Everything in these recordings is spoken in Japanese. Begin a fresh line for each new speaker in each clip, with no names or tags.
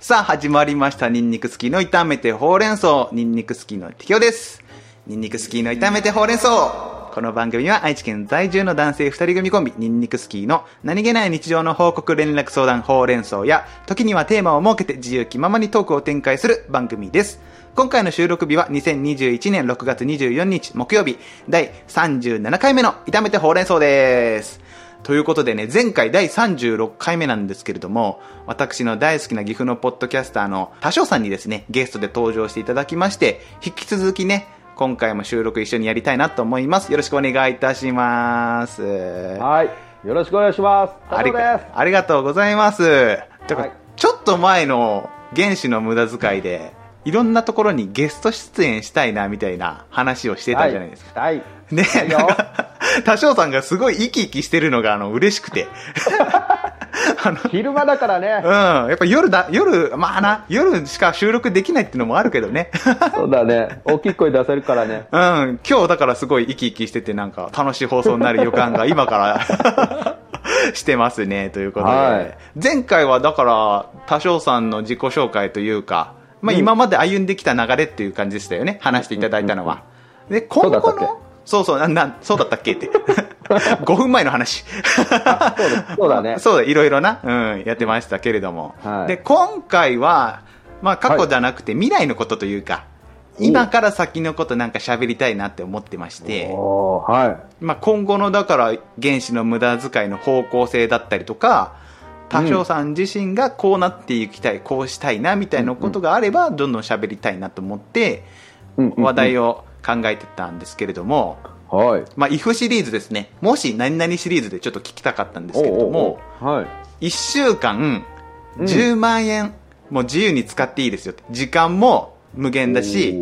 さあ、始まりました。ニンニクスキーの炒めてほうれん草。ニンニクスキーの適用です。ニンニクスキーの炒めてほうれん草。この番組は愛知県在住の男性二人組コンビ、ニンニクスキーの何気ない日常の報告連絡相談ほうれん草や、時にはテーマを設けて自由気ままにトークを展開する番組です。今回の収録日は2021年6月24日木曜日、第37回目の炒めてほうれん草です。ということでね、前回第36回目なんですけれども、私の大好きな岐阜のポッドキャスターの多少さんにですね、ゲストで登場していただきまして、引き続きね、今回も収録一緒にやりたいなと思います。よろしくお願いいたします。
はい。よろしくお願いします。
あり
佐藤です。
ありがとうございます。だから、
はい
ちょっと前の原始の無駄遣いで、いろんなところにゲスト出演したいな、みたいな話をしてたじゃないですか。
はい。はい
ね
いいよ
なんか、 多少さんがすごい生き生きしてるのが、あの、嬉しくて。あの、
昼間だから
う
ね
ん。。やっぱ夜だ、夜、まあな、夜しか収録できないっていうのもあるけど ね。
そうだね。大きい声出せるからね。
うん、今日だからすごい生き生きしてて、なんか楽しい放送になる予感が今から してますね、ということで。
はい
前回はだから、多少さんの自己紹介というか、まあ
うん
今まで歩んできた流れっていう感じでしたよね、話していただいたのは。で、今後
そうだったっ
の、そうそう、なんなん、そうだったっけ って。5分前の話。
そうだそうだね。
そうだ、いろいろな、うん、やってましたけれども。
はい
で、今回は、まあ、過去じゃなくて、未来のことというか、
お
今から先のことなんか喋りたいなって思ってまして、
おーはい。
まあ、今後の、だから、原子の無駄遣いの方向性だったりとか、多少さん自身がこうなっていきたい、こうしたいな、みたいなことがあれば、どんどん喋りたいなと思って、
うんうんうん
話題を考えてたんですけれども、
はい。
まあ、イフシリーズですね。もし何々シリーズでちょっと聞きたかったんですけれども、
おーおーはい。
1週間
うん
10万円、もう自由に使っていいですよって時間も無限だし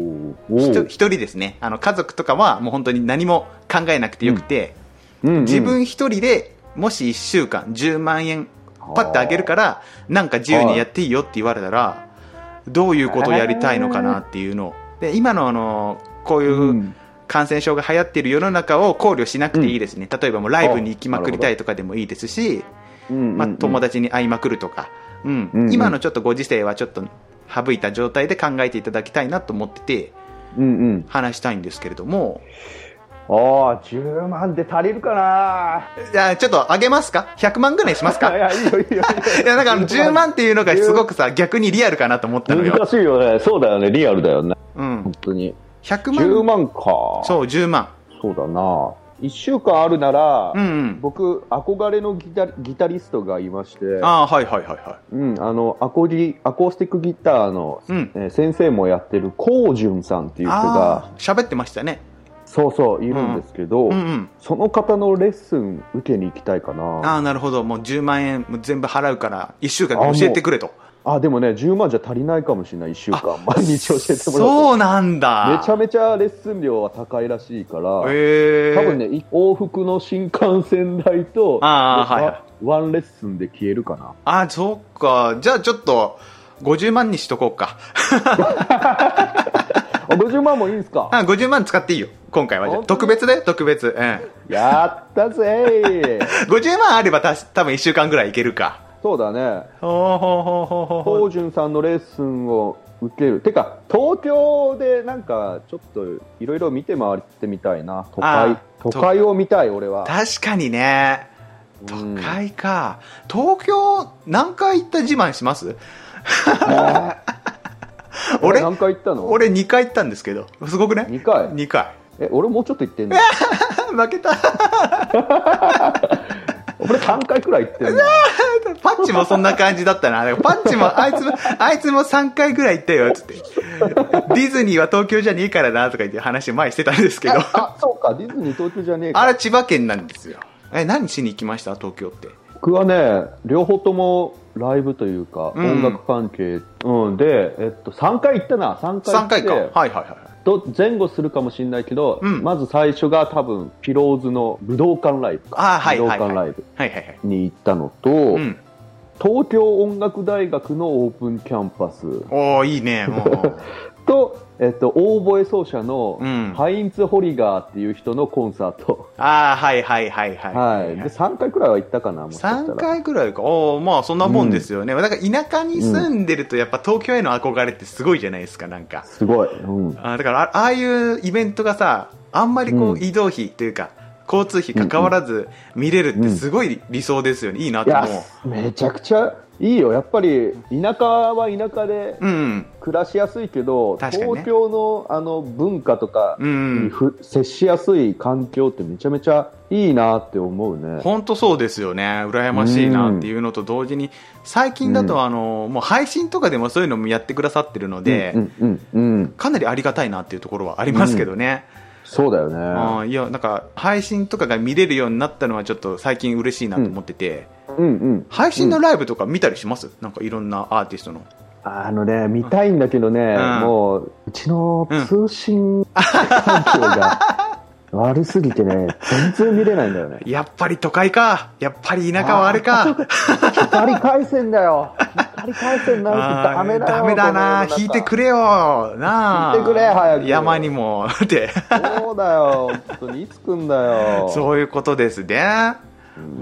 お
ひと
ー
一人ですねあの家族とかはもう本当に何も考えなくてよくて、
うんうん
自分一人でもし1週間10万円パッてあげるからなんか自由にやっていいよって言われたらどういうことをやりたいのかなっていうのをで今のあのこういううん感染症が流行っている世の中を考慮しなくていいですね、例えばもうライブに行きまくりたいとかでもいいですし、
うんうんうん
まあ、友達に会いまくるとか、うん
うんうん
今のちょっとご時世はちょっと省いた状態で考えていただきたいなと思ってて
うんうん。
話したいんですけれども
ああ、10万で足りるかな
じゃあちょっと上げますか100万ぐらいします
い
か
や、いいよ、いいよ。いいよ
いやなんかあの10万っていうのがすごくさ逆にリアルかなと思ったのよ、
難しいよね。そうだよね。リアルだよね。
うん
本、当に。
100
10
万
万か。
そう10万
そうだな。1週間あるなら
う、んうん
僕、憧れのギタギタリストがいまして。
ああはいはいはいは
うん、あのアコギアコースティックギターの、
いうん
えー先生もやってるコウジュンさんっていう人が
ああ喋ってましたね
そうそういるんですけど、
うんうん
その方のレッスン受けに行きたいか
あ
なあ
あなるほどもう10万円もう全部払うから1週間教えてくれと
でもね10万じゃ足りないかもしれない1週間毎日教えてもらう
そうなんだ
とめちゃめちゃレッスン料は高いらしいから、
へえ
多分ねい往復の新幹線代と
あーは
で
いはい
ワンレッスンで消えるかな
あ、そっか。じゃあちょっと、50万にしとこうか。
あ50万もいいんすか
あ、50万使っていいよ。今回はじゃあ
本当に
特別だよ、特別。うん。
やったぜー
50万あればたし多分1週間ぐらいいけるか。
そうだね
ほうほうほうほうほう
高潤さんのレッスンを受けるてか東京でなんかちょっといろいろ見て回ってみたいな都
あ
会
ー
都会を見たい俺は
確かにね。
都
都会か。東京、何回行った自慢します 俺
何回行ったの
俺2回行ったんですけど。すごくね
2回
?2 回。
え俺もうちょっと行ってんの
負けた。
俺3回くらい行ってんの
パッチもそんな感じだったな。でもパッチも、あいつも、あいつも3回ぐらい行ったよ、つって。ディズニーは東京じゃねえからな、とか言って話を前にしてたんですけど。
あそうかディズニー東京じゃねえ
あ
か
れ千葉県なんですよ。え、何しに行きました東京って。
僕はね両方ともライブというか、
うん
音楽関係、うん、で、えっと、3回行ったな3回行
3
っ
回
て
か。はいはいはい。
と前後するかもしれないけど、
うん
まず最初が多分ピローズの武道館ライブ
あーはい
武道
はいはい
館ライブ
はいはいはい。
に行ったのと、
うん。
東京音楽大学のオープンキャンパス
おー、いいね。もう
とえっと、オーボエ奏者の
うん
ハインツ・ホリガーっていう人のコンサート、
ああ、はいはいはいはい。
はい、で3回くらいは行ったかな、もしかした
3
ら。
回くらいか。おーまあそんなもんですよね。だから田舎に住んでるとやっぱ東京への憧れってすごいじゃないですか、なんか。
すごい、うん、
あーだからあああいうイベントがさ、あんまりこ
う
うん移動費というか、交通費関わらず見れるってすごい理想ですよね。いいなと
い
思
や
う。、
めちゃくちゃいいよ、やっぱり田舎は田舎で
うんうん。
暮らしやすいけど、
確かにね
東京のあの文化とか
うんう
に
ん。
ふ、接しやすい環境ってめちゃめちゃいいなって思うね。
本当そうですよね。羨ましいなっていうのと同時に、最近だ
う
とあの、もう配信とかでもそういうのもやってくださってるので
う、んうんうん、
かなりありがたいなっていうところはありますけどね。
そうだよね。
ああいやなんか配信とかが見れるようになったのはちょっと最近嬉しいなと思ってて、
うんうん、
配信のライブとか見たりします、なんかいろんなアーティストの
あのね、見たいんだけどね、
ん
もう、うちの通信環境が悪すぎてね、全然見れないんだよね。
やっぱり都会かやっぱり田舎はあれかあ
光回線だよ。光回線なんて
あ
ダメだよ。
ダメだな引いてく
れ。
れよなあ
引いてくれ早く
山にも って
そうだよ。本当にいつ来んだよ。う
そういうことですね
ん
あ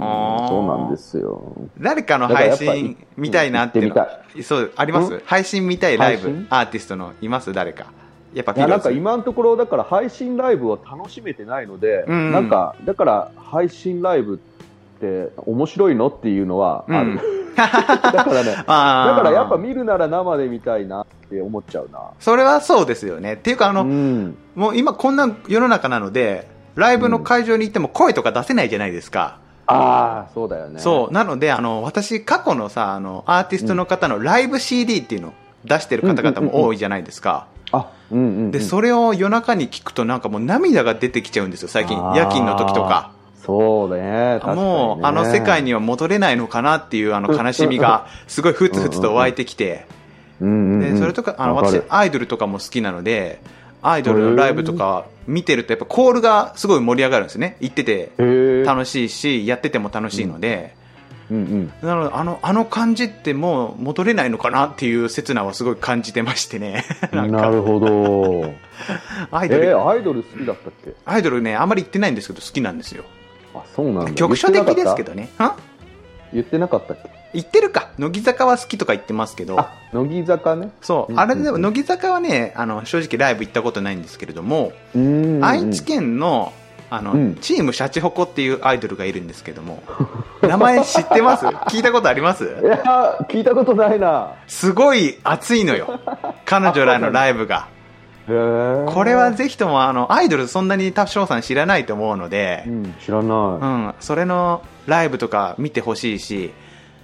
ー
そうなんですよ。
誰かの
だからや
配
っぱ
信見たいなっていうの
行って
そうあります、
うん
配信見たいライ
配
ブ
信
アーティストのいます誰かやっぱ
い
ピ
や
ロ
なん
ーズ
か今のところだから配信ライブを楽しめてないので、
うんうん
なんかだから配信ライブって面白いのっていうのはある、
うん
だからね
あー
だからやっぱ見るなら生で見たいなって思っちゃうな。
それはそうですよねっていうかあの、
うん、
もう今こんな世の中なので、ライブの会場に行っても声とか出せないじゃないですか。
ああ、そうだよね。
そう。なので、あの、私過去のさ、あの、アーティストの方のライブ CD っていうのを出してる方々も多いじゃないですか。
あ、うんうんうん、
で、それを夜中に聞くとなんかもう涙が出てきちゃうんですよ、最近。
あー
夜勤の時とか。
そうね確かにね。
もう、あの世界には戻れないのかなっていう あの悲しみが、すごいふつふつと湧いてきて。
うんうんうん、
でそれとかあの
わか
私
る
アイドルとかも好きなのでアイドルのライブとか見てるとやっぱコールがすごい盛り上がるんですね行ってて
へー
楽しいしやってても楽しいので、
うんうん、
なのであのあの感じってもう戻れないのかなっていう刹那はすごい感じてましてね
な
なんか
るほど
アイドル、
えー、アイドル好きだったっけ
アイドルねあんまり行ってないんですけど好きなんですよ
あそうなんだ
局所的ですけ
ど
どねは
言ってなかったっけ
行ってるか乃木坂は好きとか言ってますけど
あ乃木坂ね
そう
うん
あれで
うん
も
うん
乃木坂はねあの正直ライブ行ったことないんですけれども、
うんうんうん
愛知県のあの、
うん
チームシャチホコっていうアイドルがいるんですけども名前知ってます聞いたことありま
い
す
やー聞いたことないな
すごい熱いのよ彼女らのライブが
へえ
これはぜひともあのアイドルそんなに多少さん知らないと思うので
う、ん知らな
う
い、
ん、それのライブとか見てほしいし、
うん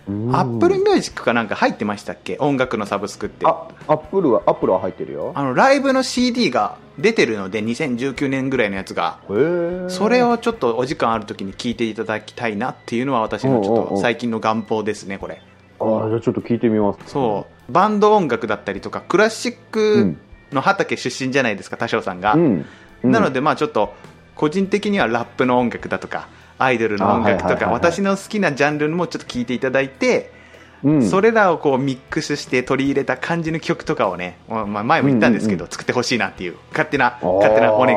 アップルミュージックかなんか入ってましたっけ音楽のサブスクって
あアップルはアップルは入ってるよ
あのライブの CD が出てるので2019年ぐらいのやつが
へえ
それをちょっとお時間あるときに聞いていただきたいなっていうのは私のちょっと最近の願望ですね、これ。
あじゃあちょっと聞いてみます
そう。バンド音楽だったりとか、クラシックの畑出身じゃないですか、多少さんが。
ん、うん、
なの
で
で、まあちょっと、個人的にはラップの音楽だとか、アイドルの音楽
あはい
と
はいはい
か、
はい
私の好きなジャンルもちょっと聞いていただいて、
うん、
それらをこうミックスして取り入れた感じの曲とかをね、まあまあ前も言ったんですけ
うん
ど、作ってほしいなっていう、勝手な、
おー
勝手なお願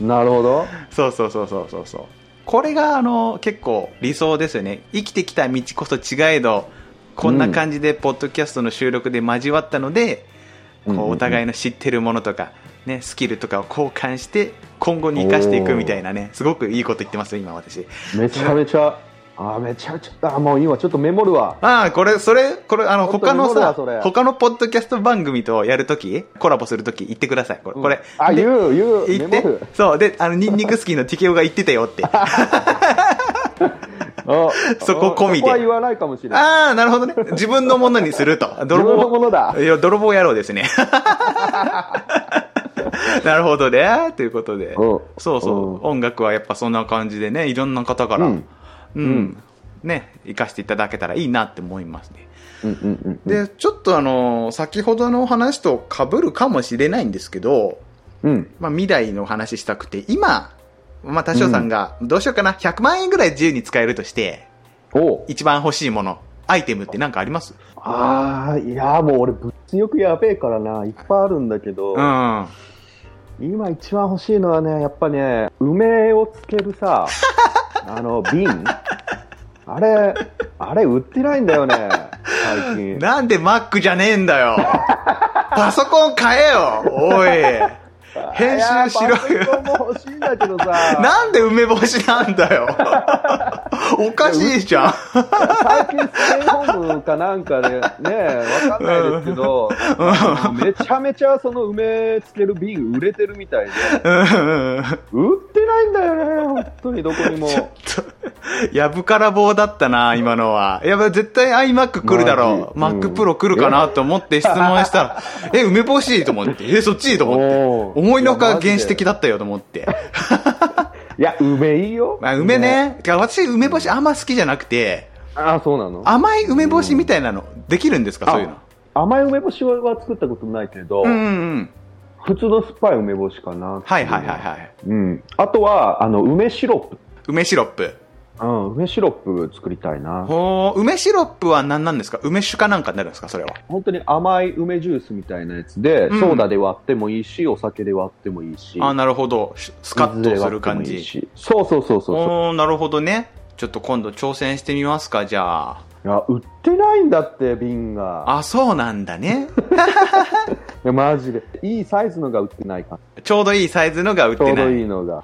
い。
なるほど
そうそうそうそうそうそう。これがあの結構理想ですよね。生きてきた道こそ違えど、こんな感じでポッドキャストの収録で交わったので、
うんうん
こ
う
うんお互いの知ってるものとか、ね、スキルとかを交換して、今後に生かしていくみたいなね、すごくいいこと言ってますよ、今私。
めちゃめちゃあーめちゃめちゃあーもう今ちょっとメモるわ
ああ、これ、それ、これ、あの、
本
他
当に
のさ
そうだよそれ、
他のポッドキャスト番組とやるとき、コラボするとき言ってください、これ。これ
あ
で
言う言う
言っ
メ
て
モる、
そう、で、あの、ニンニクスキーのティケオが言ってたよって。
あ
そこ込みで
そこは言わないかもしれない
ああ、なるほどね。自分のものにする と。
自
泥
分の
棒
ものだ
いや、泥棒野郎ですね。 なるほどね。ということで。
うん
そうそうう。音楽はやっぱそんな感じでね、いろんな方から、う
うんん。
ね、生かしていただけたらいいなって思いますね。
うんうんうん
で、ちょっとあの、先ほどの話と被るかもしれないんですけど、
うん
まあ未来の話したくて、今、まあ多少さんが、どうしようかな、100万円ぐらい自由に使えるとして、
おう
一番欲しいものアイテムって何かあります
ああ、いやー、もう俺、物欲やべえからな、いっぱいあるんだけど、
うん。
今一番欲しいのはね、やっぱね、梅をつける さ、あの、瓶あれ、あれ売ってないんだよね、最近。
なんで Mac じゃねえんだ よ。パソコン買えよ、おい。編集しろよ
いやーパソコンも欲しいんだけどさ、
なんで梅干しなんだ よ。おかしいじゃん。
最近ステイホームかなんかでね、わかんないですけど、あのめちゃめちゃその梅つける瓶売れてるみたいで、
うん。
売ってないんだよね、本当にどこにも。
ちょっとやぶから棒だったな、今のは。やばい、絶対 iMac 来るだろう。
マジ
Mac Pro 来るかなと思って質問したら、え、梅干しと思って、え、そっちと思って。
おー
思いのほか原始的だったよと思って。
いや、梅いいよ。
まあ、梅。ね。てか私、梅干しあんま好きじゃなくて、
ああ、そうなの
甘い梅干しみたいなの、できるんですか、そういうの。
あ甘い梅干しは作ったことないけど、
うんうんうん。
普通の酸っぱい梅干しかな。
はいはいはいはい。
うん。あとは、あの、梅シロップ。
梅シロップ。
うん、梅シロップ作りたいな。
ほー梅シロップは何なんですか梅酒かなんかになるんですかそれは。
本当に甘い梅ジュースみたいなやつで、
うん
ソーダで割ってもいいし、お酒で割ってもいいし。
あー、なるほど。しスカッとする感
水で割ってもいい
じ。
しそうそうそうそうそ
おーなるほどね。ちょっと今度挑戦してみますか、じゃあ。
う。いや、売ってないんだって、瓶が。
あ、そうなんだ ね。
いや、マジで。いいサイズのが売ってないか
ちょうどいいサイズのが売っ
ら。ちょ
て
う
ない。
どいいのが。
は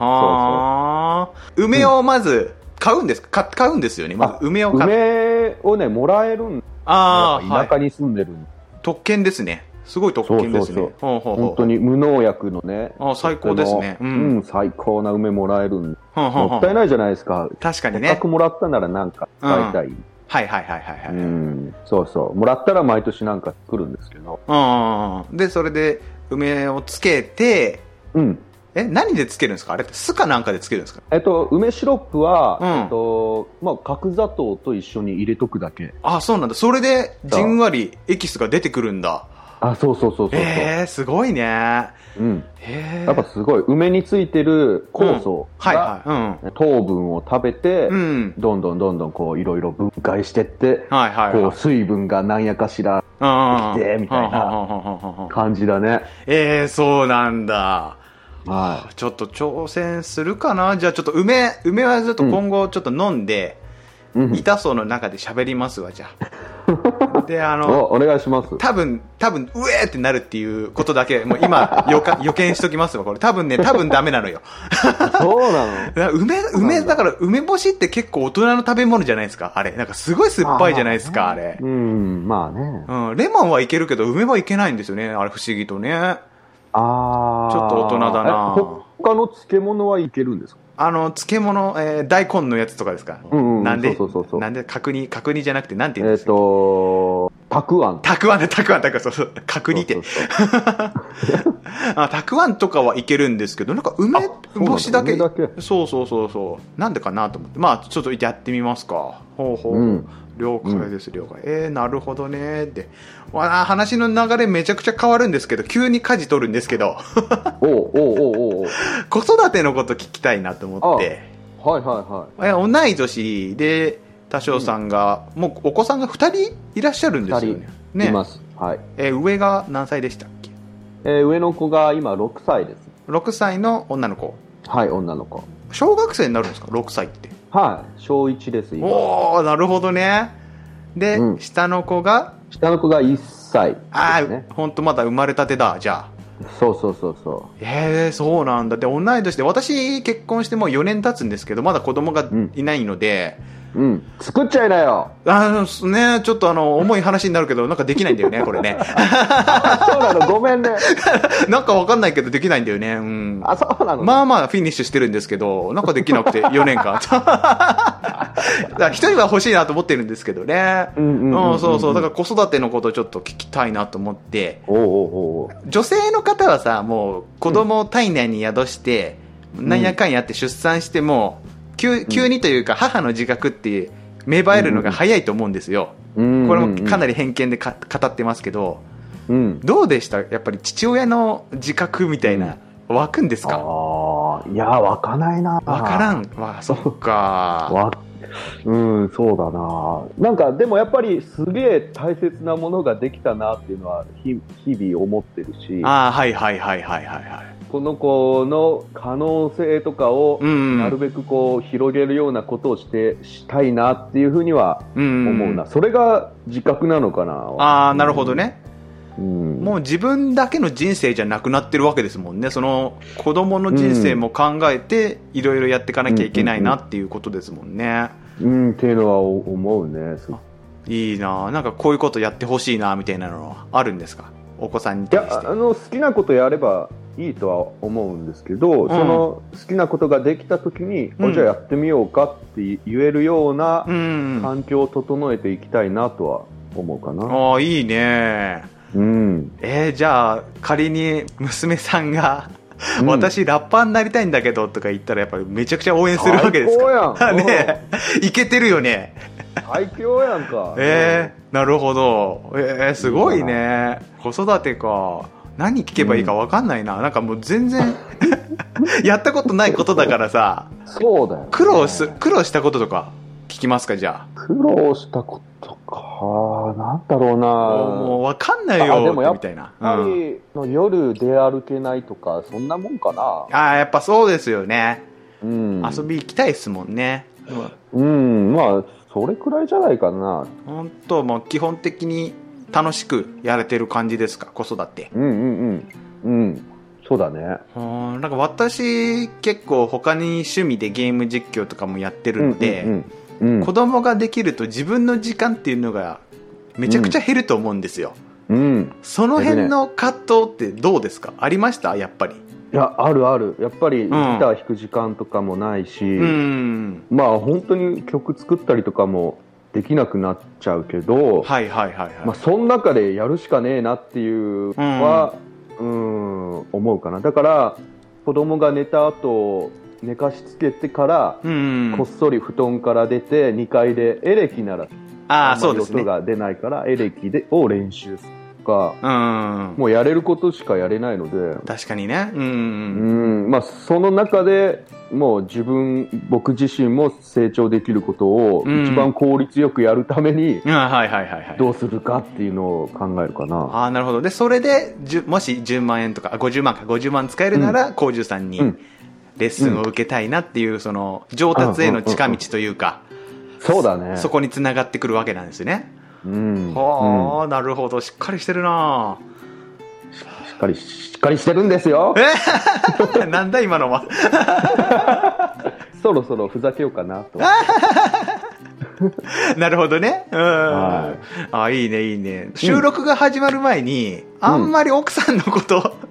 あ。梅をまず、買うんですか買買うんですよね。まず梅
そ
を
うそ
買
う。
う。
梅をね、もらえるんで、
ああ、は
田
い。
舎に住んでるんで
特権ですね。すごい特権ですね。
そうそ
ほ
う
うほうほう
本当に無農薬のね。
あ最高ですね
とても
うん
うん、最高な梅もらえるんで。
ほうほうほ
も
う
ったいないじゃないですか。
確か
せ
に
っか
ね
く。もらったならなんか使いたい。
はいはいはいはい。は
う
い
ん、そうそう。もらったら毎年なんか作るんですけど。
うん。で、それで、梅をつけて、
うん。
え、何でつけるんですかあれって酢かなんかでつけるんですか
えっと、梅シロップは、
うん
えっと、まあ、角砂糖と一緒に入れとくだけ。
あ、そうなんだ。それで、じんわりエキスが出てくるんだ。
あ、そうそうそうそうそう。
えー、すごいね。
うん。
へー
やっぱすごい、梅についてる酵素
はい
が
はい。
糖分を食べて、
うん。うん。
どんどんどんどんこう、いろいろ分解してって、
はいはい
こ
は
う、水分がなんやかしら
い。
できてみたいな
な。
感じだね。
えー、そうなんだ。
は
ちょっと挑戦するかなじゃあちょっと梅、梅はちょっと今後ちょっと飲んで、
い。うん。
痛そうの中で喋りますわ、じゃ あ。で、あの、
お、お願いします。
多分、多分、うえーってなるっていうことだけ、もう今、予か予見しときますわ、これ。多分ね、多分ダメなのよ。
そうなの
だから梅、梅、だから梅干しって結構大人の食べ物じゃないですか、あれ。なんかすごい酸っぱいじゃないですか、あれ。
うん、まあね。
うん、レモンはいけるけど、梅はいけないんですよね、あれ不思議とね。
あー
ちょっと大人だな
えほ他の漬物はいけるんですか
あの、漬物、えー大根のやつとかですか。
うんうん
なんで、
そうそうそうそう
なんで、角煮、角煮じゃなくて、なんて
えっ
言うんです、か
と、たくあん。
たくあんだ、たくあん、たくあん、そうそう、角煮って
そう。そうそう
あたくあんとかはいけるんですけど、なんか梅干しだけ、
そうなんだ梅だ
そうそうそうそう、なんでかなと思って、まあ、ちょっとやってみますか。ほうほう。
うん
了解です、了解。えー、なるほどねって。わあ、話の流れめちゃくちゃ変わるんですけど、急に舵取るんですけど、
おうおうおうおう
子育てのこと聞きたいなと思って。
おうはいはいはい。
え同い年で多少さんが、もうお子さんが2人いらっしゃるんですよねね
います。はい。
えー上が何歳でしたっけ
えー上の子が今6歳です。
6歳の女の子
はい、女の子。
小学生になるんですか6歳って
はい、小1です、今。
おおなるほどねで、
うん
下の子が
下の子が1歳
ああ、
ですね。
ほんとまだ生まれたてだじゃあ
そうそうそうそ
えー、そうなんだで同い年で私結婚してもう4年経つんですけどまだ子供が
ん
いないので、
う。うん。作っちゃいなよ
あのすねちょっとあの重い話になるけどなんかできないんだよねこれ ね
そうなの、ごめ んね。
なんかわかんないけどできないんだよねうん
あ、そうなの。
まあまあフィニッシュしてるんですけど、なんかできなく て4年間。だから一人は欲しいなと思ってるんですけどね。
うんうんうんうんうん
うんそうそう。だから子育てのことちょっと聞きたいなと思って。
おうおうおうおう
女性の方はさ、もう子供を体内に宿して、なんやかんやって出産しても、急急にというか母の自覚って芽生えるのが早いと思うんですよ。
うん
これもかな
り、
り偏見でか語ってますけど、
うん、
どうでしたやっぱり父親の自覚みたいな、湧くんですか
ああいやわかないな
わからんわそっか
わうん、そうだな。なんか、でもやっぱりすげえ大切なものができたなっていうのは日日々思ってるし、
ああ、はいはいはいはいはいはい。
この子の可能性とかを
う、ん。
なるべくこう、広げるようなことをして、したいなっていうふうには
うん。
思うな。。それが自覚なのかな。
ああ、なるほどね。
うん。
もう自分だけの人生じゃなくなってるわけですもんね。その子供の人生も考えて、いろいろやっていかなきゃいけないなっていうことですもんね。
うん、っていうのは思うね。す
いいなあなんかこういうことやってほしいなみたいなのはあるんですかお子さんに
い
対し
や
て。
あの好きなことやればいいとは思うんですけど、その好きなことができた時に、
うん
おじゃあやってみようかって言えるような
うん。
環境を整えていきたいなとは思うかな、
ああ、いいね
うん、
えー、じゃあ仮に娘さんが、
うん
私ラッパーになりたいんだけどとか言ったらやっぱりめちゃくちゃ応援するわけです
最
か
高 やん
ねえいけてるよね
うん最強やんか
えー、なるほどえー、すごい
いい
ね子育てか何聞けばいいか分かんないな、なんかもう全然 やったことないことだからさ
うんそうだよね、
苦労す苦労したこととか聞きますかじゃ
苦労したことかなんだろうな
あもう分かんない
あでもや
よ
っ
みたいな
やっぱ
うん、
りの夜出歩けないとかそんなもんかな、
あーやっぱそうですよね
うん、
遊び行きたいですもんね、
うんまあそれくらいじゃないかな
本当もう基本的に楽しくやれてる感じですか子育て
うんうんうんうんそうだね
うんなんか私結構他に趣味でゲーム実況とかもやってるので、
うんうん
子供ができると自分の時間っていうのがめちゃくちゃ減ると思うんですよ、
うん、うん、
その辺の葛藤ってどうですかありましたやっぱり
いやあるあるやっぱりギター弾く時間とかもないし、
うん
まあ本当に曲作ったりとかもできなくなっちゃうけど、
はいはいはいはい、
まあ、その中でやるしかねえなっていうは、うん、思うかなだから子供が寝た後寝かしつけてから、
うん
こっそり布団から出て2階でエレキなら
ああ
んま
そう
り
です
音
ね
が出ないからエレキでを練習するとか、
うん
もうやれることしかやれないので、
確かにねうん、
うんまあ、その中でもう自分僕自身も成長できることを
うん
一番効率よくやるために
うん、はいはいはいはい
どうするかっていうのを考えるかな。
ああ、なるほど。で、それで、じゅもし10万円とか、あ50万か、50万使えるなら、工事さんに
うん
レッスンを受けたいなっていう、その、上達への近道というか、
そうだね。
そこにつながってくるわけなんですね。
うん、
はあ、なるほど。しっかりしてるな
うんしっかりしっかりしてるんですよ。
ぁ なんだ今のは。
そろそろふざけようかなと。
なるほどね。うん。
は
あいいね、いいね。収録が始まる前に、あんまり奥さんのこと、
うん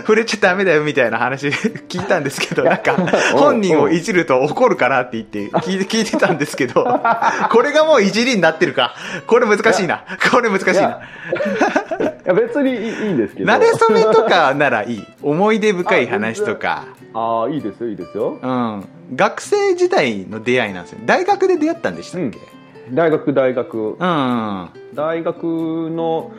触れちゃダメだよみたいな話聞いたんですけど、なんか、
うん
本人をいじると怒るからって言って聞い聞いてたんですけど、これがもういじりになってるか。これ難しいな。これ難しい
い
な
や。 いや別にいいいいんですけど。
慣れ初めとかならいい。思い出深い話とか。
ああいいですよいいですよ。
うん。学生時代の出会いなんですよ。大学で出会ったんでしたっけ
大学大学
うん。
大学の、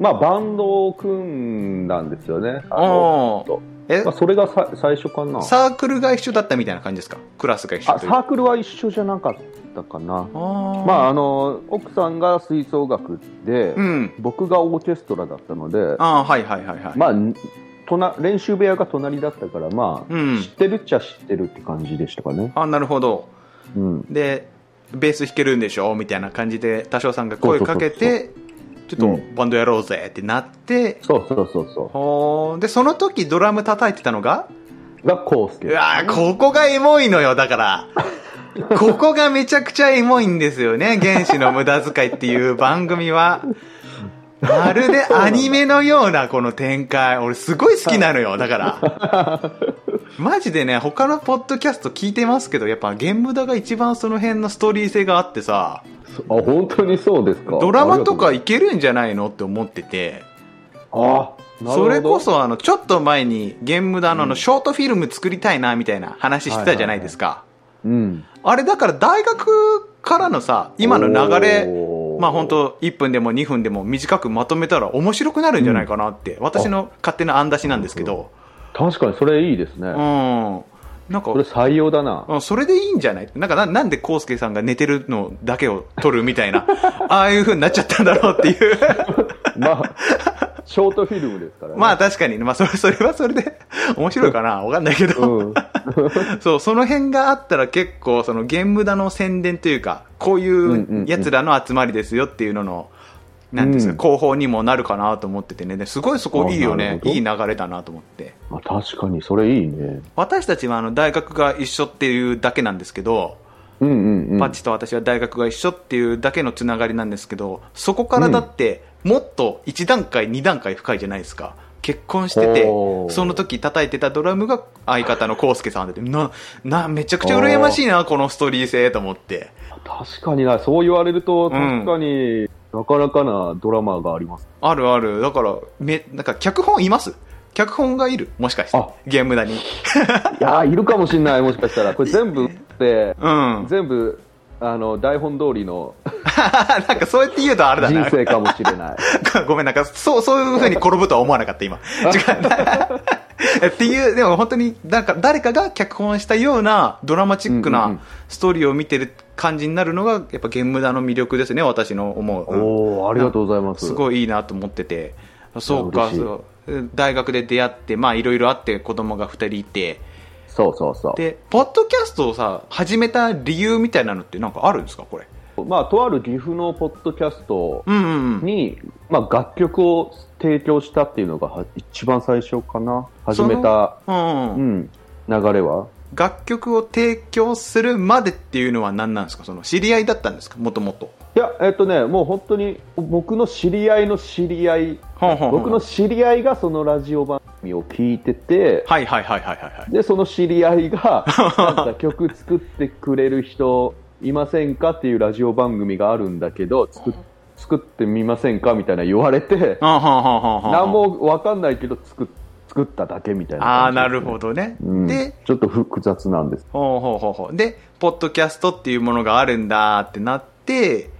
まあ、バンドを組んだんですよね。あの
おー
と
え
まあ、、それがさ最初かな。
サークルが一緒だったみたいな感じですかクラスが一緒
あ
と
サ
いう。あ
ークルは一緒じゃなかったかな。
ー
まあ、あの奥さんが吹奏楽で、
うん。
僕がオーケストラだったので、
ああ、はいはいはいはい。
まあ、隣練習部屋が隣だったから、まあ
うん
知ってるっちゃ知ってるって感じでしたかね。
あ、なるほど。
うん、
でベース弾けるんでしょみたいな感じで多少さんが声かけてち
うそう
ょっとバンドやろうぜってなって、
そうそうそうそ
ほーでその時ドラム叩いてたのが
うがコウス
う
ケ。
わーここがエモいのよだから ここがめちゃくちゃエモいんですよね「原始の無駄遣い」っていう番組はまるでアニメのようなこの展開俺すごい好きなのよだからマジでね他のポッドキャスト聞いてますけどやっぱ「ゲンムダ」が一番その辺のストーリー性があってさ
あ本当にそうですか。
ドラマと
あ
か
り
いけるんじゃないのって思ってて、
がとうございますあなるほ
そ
ど
れこそあの、ちょっと前にゲームだの、あの、ショートフィルム作りたいな、みたいな話してたじゃないですか。
うん、
あれだから大学からのさ、今の流れ、
おー
まあ本当1分でも2分でも短くまとめたら面白くなるんじゃないかなって、私の勝手な案出しなんですけど、
確かにそれいいですね、
うん。なんか
これ採用だ な。
あそれでいいんじゃないなんかななんで康介さんが寝てるのだけを撮るみたい なああいう風になっちゃったんだろうっていう
まあ、ショートフィルムですからね。
まあ確かに、まあ、それそれはそれで面白いかなわかんないけど、
うん。
そうその辺があったら結構そのゲームだの宣伝というかこうい
んうんう
うんやつらの集まりですよっていうのの、なんですか
うん
広報にもなるかなと思っててねですごいそこいいよ
あなる
ね
ほど
いい流れだなと思って
まあ確かに、それいいね。
私たちはあの大学が一緒っていうだけなんですけど
うんうんうん。
パッチと私は大学が一緒っていうだけのつながりなんですけど、そこからだって、もっと1段階、2段階深いじゃないですか。結婚してて
お、ー
その時叩いてたドラムが相方のコウスケさんで、な、な、めちゃくちゃ羨ましいな、このストーリー性と思って。
確かにな、そう言われると、
ん
確かに、なかなかなドラマがあります。
あるある。だから、め、なんか脚本います脚本がいるもしかして
あ。
ゲームだに。
いやー、いるかもしんない、もしかしたら。これ全部って、
うん。
全部、あの、台本通りの
なんかそうやって言うとあれだ
人
な。
生かもしれない。
ごめん、なんか、そう、そういう風に転ぶとは思わなかった、今。違う。 っていう、でも本当に、なんか、誰かが脚本したような、ドラマチック
うんうんう
なんストーリーを見てる感じになるのが、やっぱ、ゲームダの魅力ですね、私の思う。
おおありがとうございます。
す
い。
ごいいいなと思ってて。そうか、
嬉しい
そう。大学で出会って、まあ、いろいろあって、子供が二人いて。
そうそうそ
で、ポッドキャストをさ、始めた理由みたいなのって、なんかあるんですか、これ。
う。まあ、とある岐阜のポッドキャスト
うんうんうん。
に、まあ、楽曲を提供したっていうのがは一番最初かな。始めた、
うんう、
うんん、流れは。
楽曲を提供するまでっていうのは何なんですかその知り合いだったんですかもともと。
いや、えっとね、もう本当に僕の知り合いの知り合い、
ほんほんほん
僕の知り合いがそのラジオ番組を聞いてて、
はいはいはいはいはいはい。
で、その知り合 いが、なんか曲作ってくれる人いませんかっていうラジオ番組があるんだけど、作っ作ってみませんかみたいな言われて、
あはんはんはんはん
なんもわかんないけど作っ、作っただけみたいな
ああ、
感じですね、
なるほどね。
うん
で、
ちょっと複雑なんです。
ほうほうほうほう。で、ポッドキャストっていうものがあるんだってなって、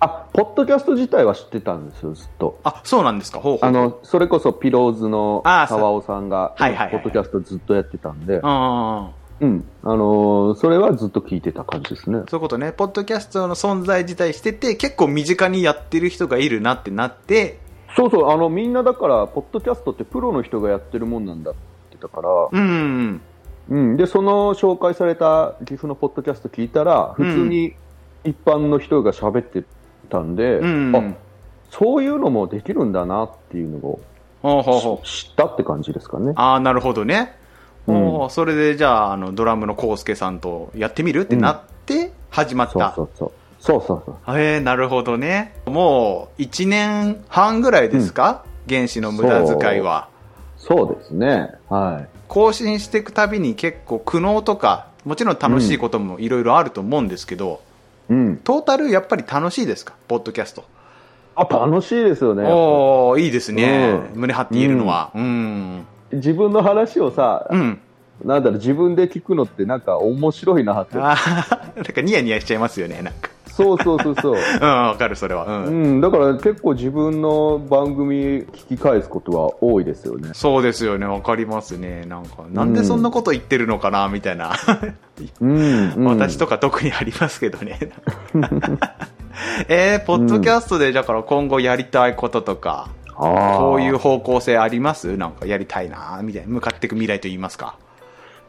あ、ポッドキャスト自体は知ってたんですよ、ずっと。
あ、そうなんですか。ほうほう。
あの、それこそピローズの
あーそう
沢尾さんが、
はいはいはい
ポッドキャストずっとやってたんで、
うんうんうん
うん。あのーそれはずっと聞いてた感じですね。
そういうことね。ポッドキャストの存在自体してて、結構身近にやってる人がいるなってなって、
そうそう、あの、みんなだから、ポッドキャストってプロの人がやってるもんなんだって言ってたから、
うんうん
うん。で、その紹介された岐阜のポッドキャスト聞いたら、普通に一般の人が喋ってたんで、
うん。うんうん
あ、そういうのもできるんだなっていうのを
ほうほうほう。
知ったって感じですかね。
ああ、なるほどね。
うん
おーそれでじゃあ、あの、ドラムのコウスケさんとやってみるってなって、始まった。
そうそうそう。そうそうそう。
えー、なるほどね。もう、1年半ぐらいですか、原子の無駄遣いは。
そうですね。はい。
更新していくたびに結構苦悩とか、もちろん楽しいこともいろいろあると思うんですけど、
うん。
トータルやっぱり楽しいですかポッドキャスト。
あ、楽しいですよね。
おおいいですね。
うん
胸張って言えるのは。うん。
自分の話をさ、
うん。
なんだろう、自分で聞くのってなんか面白いなって。
あーなんかニヤニヤしちゃいますよね、なんか。
そうそうそう そう。
うん、わかる、それは。うん。
うん、だから結構自分の番組聞き返すことは多いですよね。
そうですよね、わかりますね。なんか、なんでそんなこと言ってるのかな、みたいな。
うん、うん
私とか特にありますけどね。えー、ポッドキャストで、だから今後やりたいこととか、
あー
こういう方向性ありますなんかやりたいな、みたいな。向かっていく未来と言いますか。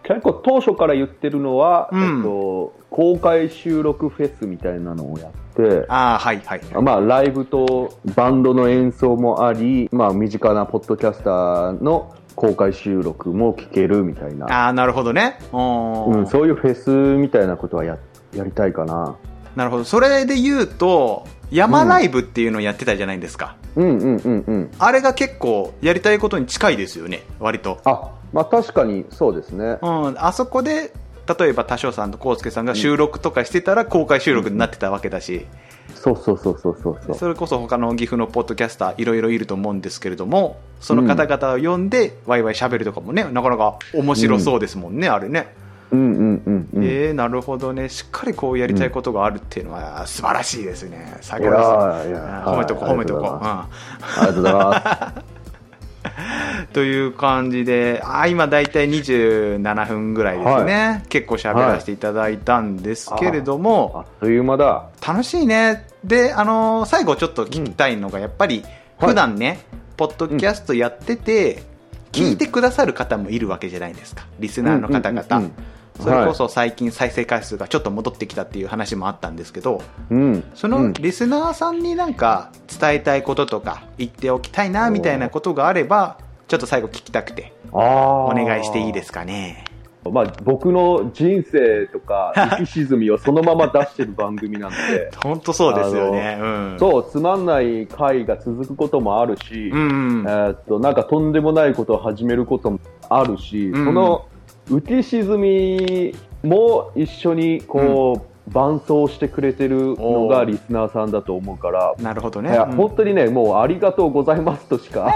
結構当初から言ってるのは、
うん
えっと、公開収録フェスみたいなのをやって、
ああ、はいはい。
まあ、ライブとバンドの演奏もあり、まあ、身近なポッドキャスターの公開収録も聞けるみたいな、
ああ、なるほどね。お
うん、
ー
そういうフェスみたいなことはややりたいかな。
なるほど。それで言うと、山ライブっていうのをやってたじゃないですか。
うんうんうんうん。
あれが結構やりたいことに近いですよね、割と。
あ、まあ確かにそうですね。
うん、あそこで例えば多少さんと浩介さんが収録とかしてたら公開収録になってたわけだし、
そうそうそうそうそうそう。
それこそ他の岐阜のポッドキャスターいろいろいると思うんですけれどもその方々を呼んでワイワイ喋るとかもねなかなか面白そうですもんね、あれね、
うんうんうんうん。
えー、なるほどねしっかりこうやりたいことがあるっていうのは素晴らしいですね最
い
高で
や
す
ーいや
うん
ー
褒めとこう
はい
褒めとこう、
ありがとうございます。ありがとうございます。
という感じで、あー今大体27分ぐらいですね。結構喋らせていただいたんですけれども、
あっという間だ。
楽しいねであのー最後ちょっと聞きたいのが、やっぱり
はい
普段ね、ポッドキャストやってて、
うん
聞いてくださる方もいるわけじゃないですかリスナーの方々、
うんうん
それこそ最近再生回数がちょっと戻ってきたっていう話もあったんですけど
うん。うん
そうの
ん
リスナーさんになんか伝えたいこととか言っておきたいなみたいなことがあればちょっと最後聞きたくて
ああ。。
お願いしていいですすかね、
まあ、僕の人生とか、浮き沈みをそのまま出してる番組なんで
本当そうですよねうん
そう、つまんない回が続くこともあるし、
うんうん
えーっと、なんかとんでもないことを始めることもあるし、
うん
その浮き沈みも一緒にこう、伴走してくれてるの
お
が
ー
リスナーさんだと思うから、
なるほどね
いや
うん
本当にね、もうありがとうございますとし か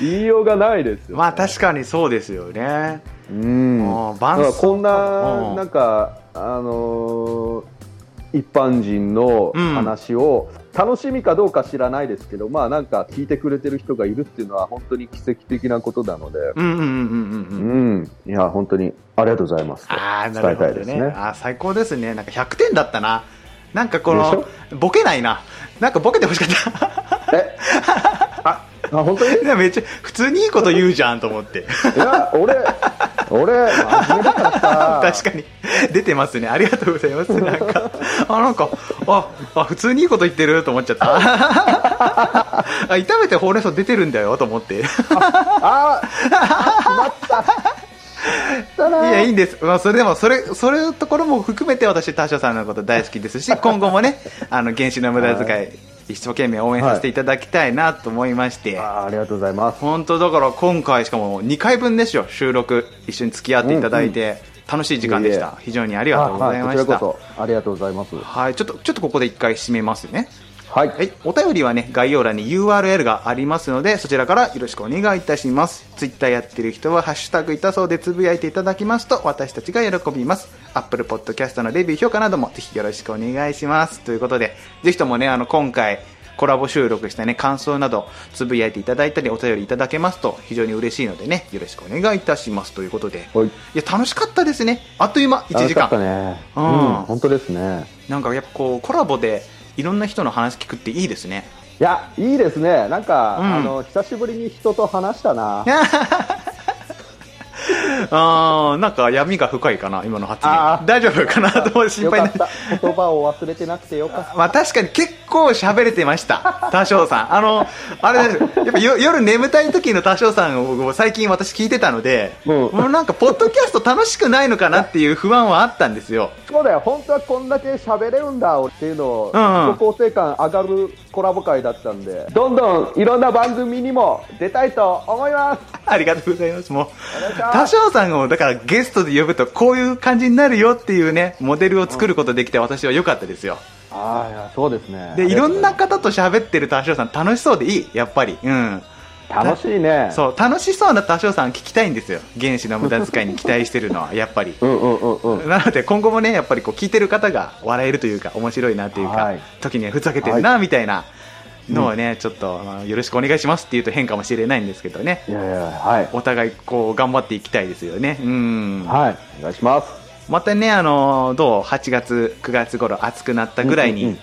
言いようがないですよ、
まあ確かにそうですよね。
うん、
もう
だ
バン
から
ス
こん
う
な、
ん
なんか、あのー一般人の
うん
話を、楽しみかどうか知らないですけど、まあなんか聞いてくれてる人がいるっていうのは本当に奇跡的なことなので、
うんうんうんうんう
うん
うん。
ん、いや、本当にありがとうございますと
ああ、
伝
なる
え
ほ
た
ど
いです
ね。
ね。
あー最高ですね。なんか100点だったな。なんかこ
で
の、ボケないな。なんかボケてほしかっ
え ああ本当に
た。いやめっちゃ、普通にいいこと言うじゃんと思って。
いや、俺、俺、真面目だからさ
確かに。出てますね。ありがとうござい ます。なんか、あ、なんか、あ、あ普通にいいこと言ってると思っちゃった。 あ炒めてほうれん草出てるんだよと思って。い
ああ、まった。い
や、いいんです。まあ、それでも、それ、それのところも含めて私、タシャさんのこと大好き ですし、今後もね、あの、原始の無駄
は
遣い、一生懸命応援させていただきたいなと思いまして。
あーありがとうございます。
本当だから今回しかも2回分ですよ収録一緒に付き合っていただいて、楽しい時間でし
い
た
え
非常にありがとうございま
は
し
こちら
た
こそありがとうございます。は
はいちょっとちょっとここで1回締めますね
い。
はいお便りはね概要欄に URL がありますのでそちらからよろしくお願いいたしますツイッターやってる人は「ハッシュタグいたそう」でつぶやいていただきますと私たちが喜びます Apple Podcast のレビュー評価などもぜひよろしくお願いしますということでぜひともねあの今回コラボ収録したね感想などつぶやいていただいたりお便りいただけますと非常に嬉しいのでねよろしくお願いいたしますということで
はい。
いや楽しかったですねあっという間1時
楽しかった
間
ね。
う
うんん、本当ですね。
なんかやっぱこうコラボでいろんな人の話聞くっていいですね
いや、いいですね。なんか、
うん
あの、久しぶりに人と話したな。
あーなんか闇が深いかな今の発
あ
言
ー
大丈夫かなと心
よか
配
っ
にな
た。言葉を忘れてなくてよかっ
まあ確かに結構喋れてました多少さんあのあれですやっぱよ夜眠たい時の多少さんを僕も最近私聞いてたので、
うん
もうなんかポッドキャスト楽しくないのかなっていう不安はあったんですよ
た。そうだよ。本当はこんだけ喋れるんだっていうのを、
うんうん
自己肯定感上がるコラボ会だったんで、どんどんいろんな番組にも出たいと思います。
ありがとうございますもう
お願いし
多
ます。
少さんをだからゲストで呼ぶとこういう感じになるよっていうねモデルを作ることできて私は良かったですよ
ああ、いやそうですね。
でいろんな方と喋ってる多少さん楽しそうでいいやっぱりうん
楽しいね。
そう楽しそうな多少さん聞きたいんですよ原始の無駄遣いに期待してるのはやっぱり
うんうんうんうん。
なので今後もねやっぱりこう聞いてる方が笑えるというか面白いなというか、
はい
時にはふざけてるなみたいなのをね、ちょっと、まあよろしくお願いしますって言うと変かもしれないんですけどね
いやいや、はい。
お互いこう頑張っていきたいですよねうん
はい。お願いします。
またねあのどう8月9月頃暑くなったぐらい
うん
に
うん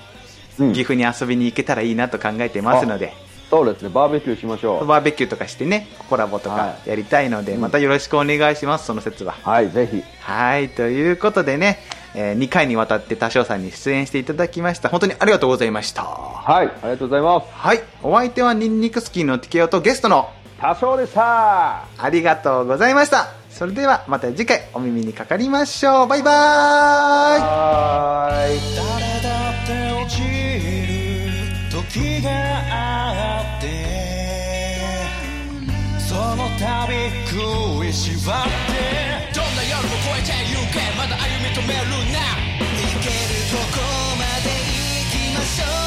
うんうん
岐阜に遊びに行けたらいいなと考えてますので、
そうですね、バーベキューしましょう。
バーベキューとかしてねコラボとか
は
やりたいので、
うん
またよろしくお願いしますその説は
はい、ぜひ。
はいということでね、え2回にわたって多少さんに出演していただきました本当にありがとうございました
はい、ありがとうございます。
はいお相手はニンニクスキーのティケオとゲストの
多少でした。
ありがとうございましたそれではまた次回お耳にかかりましょうバイバーイ
はーい。
誰だって落ちる時があってその度食いしばってどんな夜も越えてゆけまだ歩み止めるな行けるとこまで行きましょう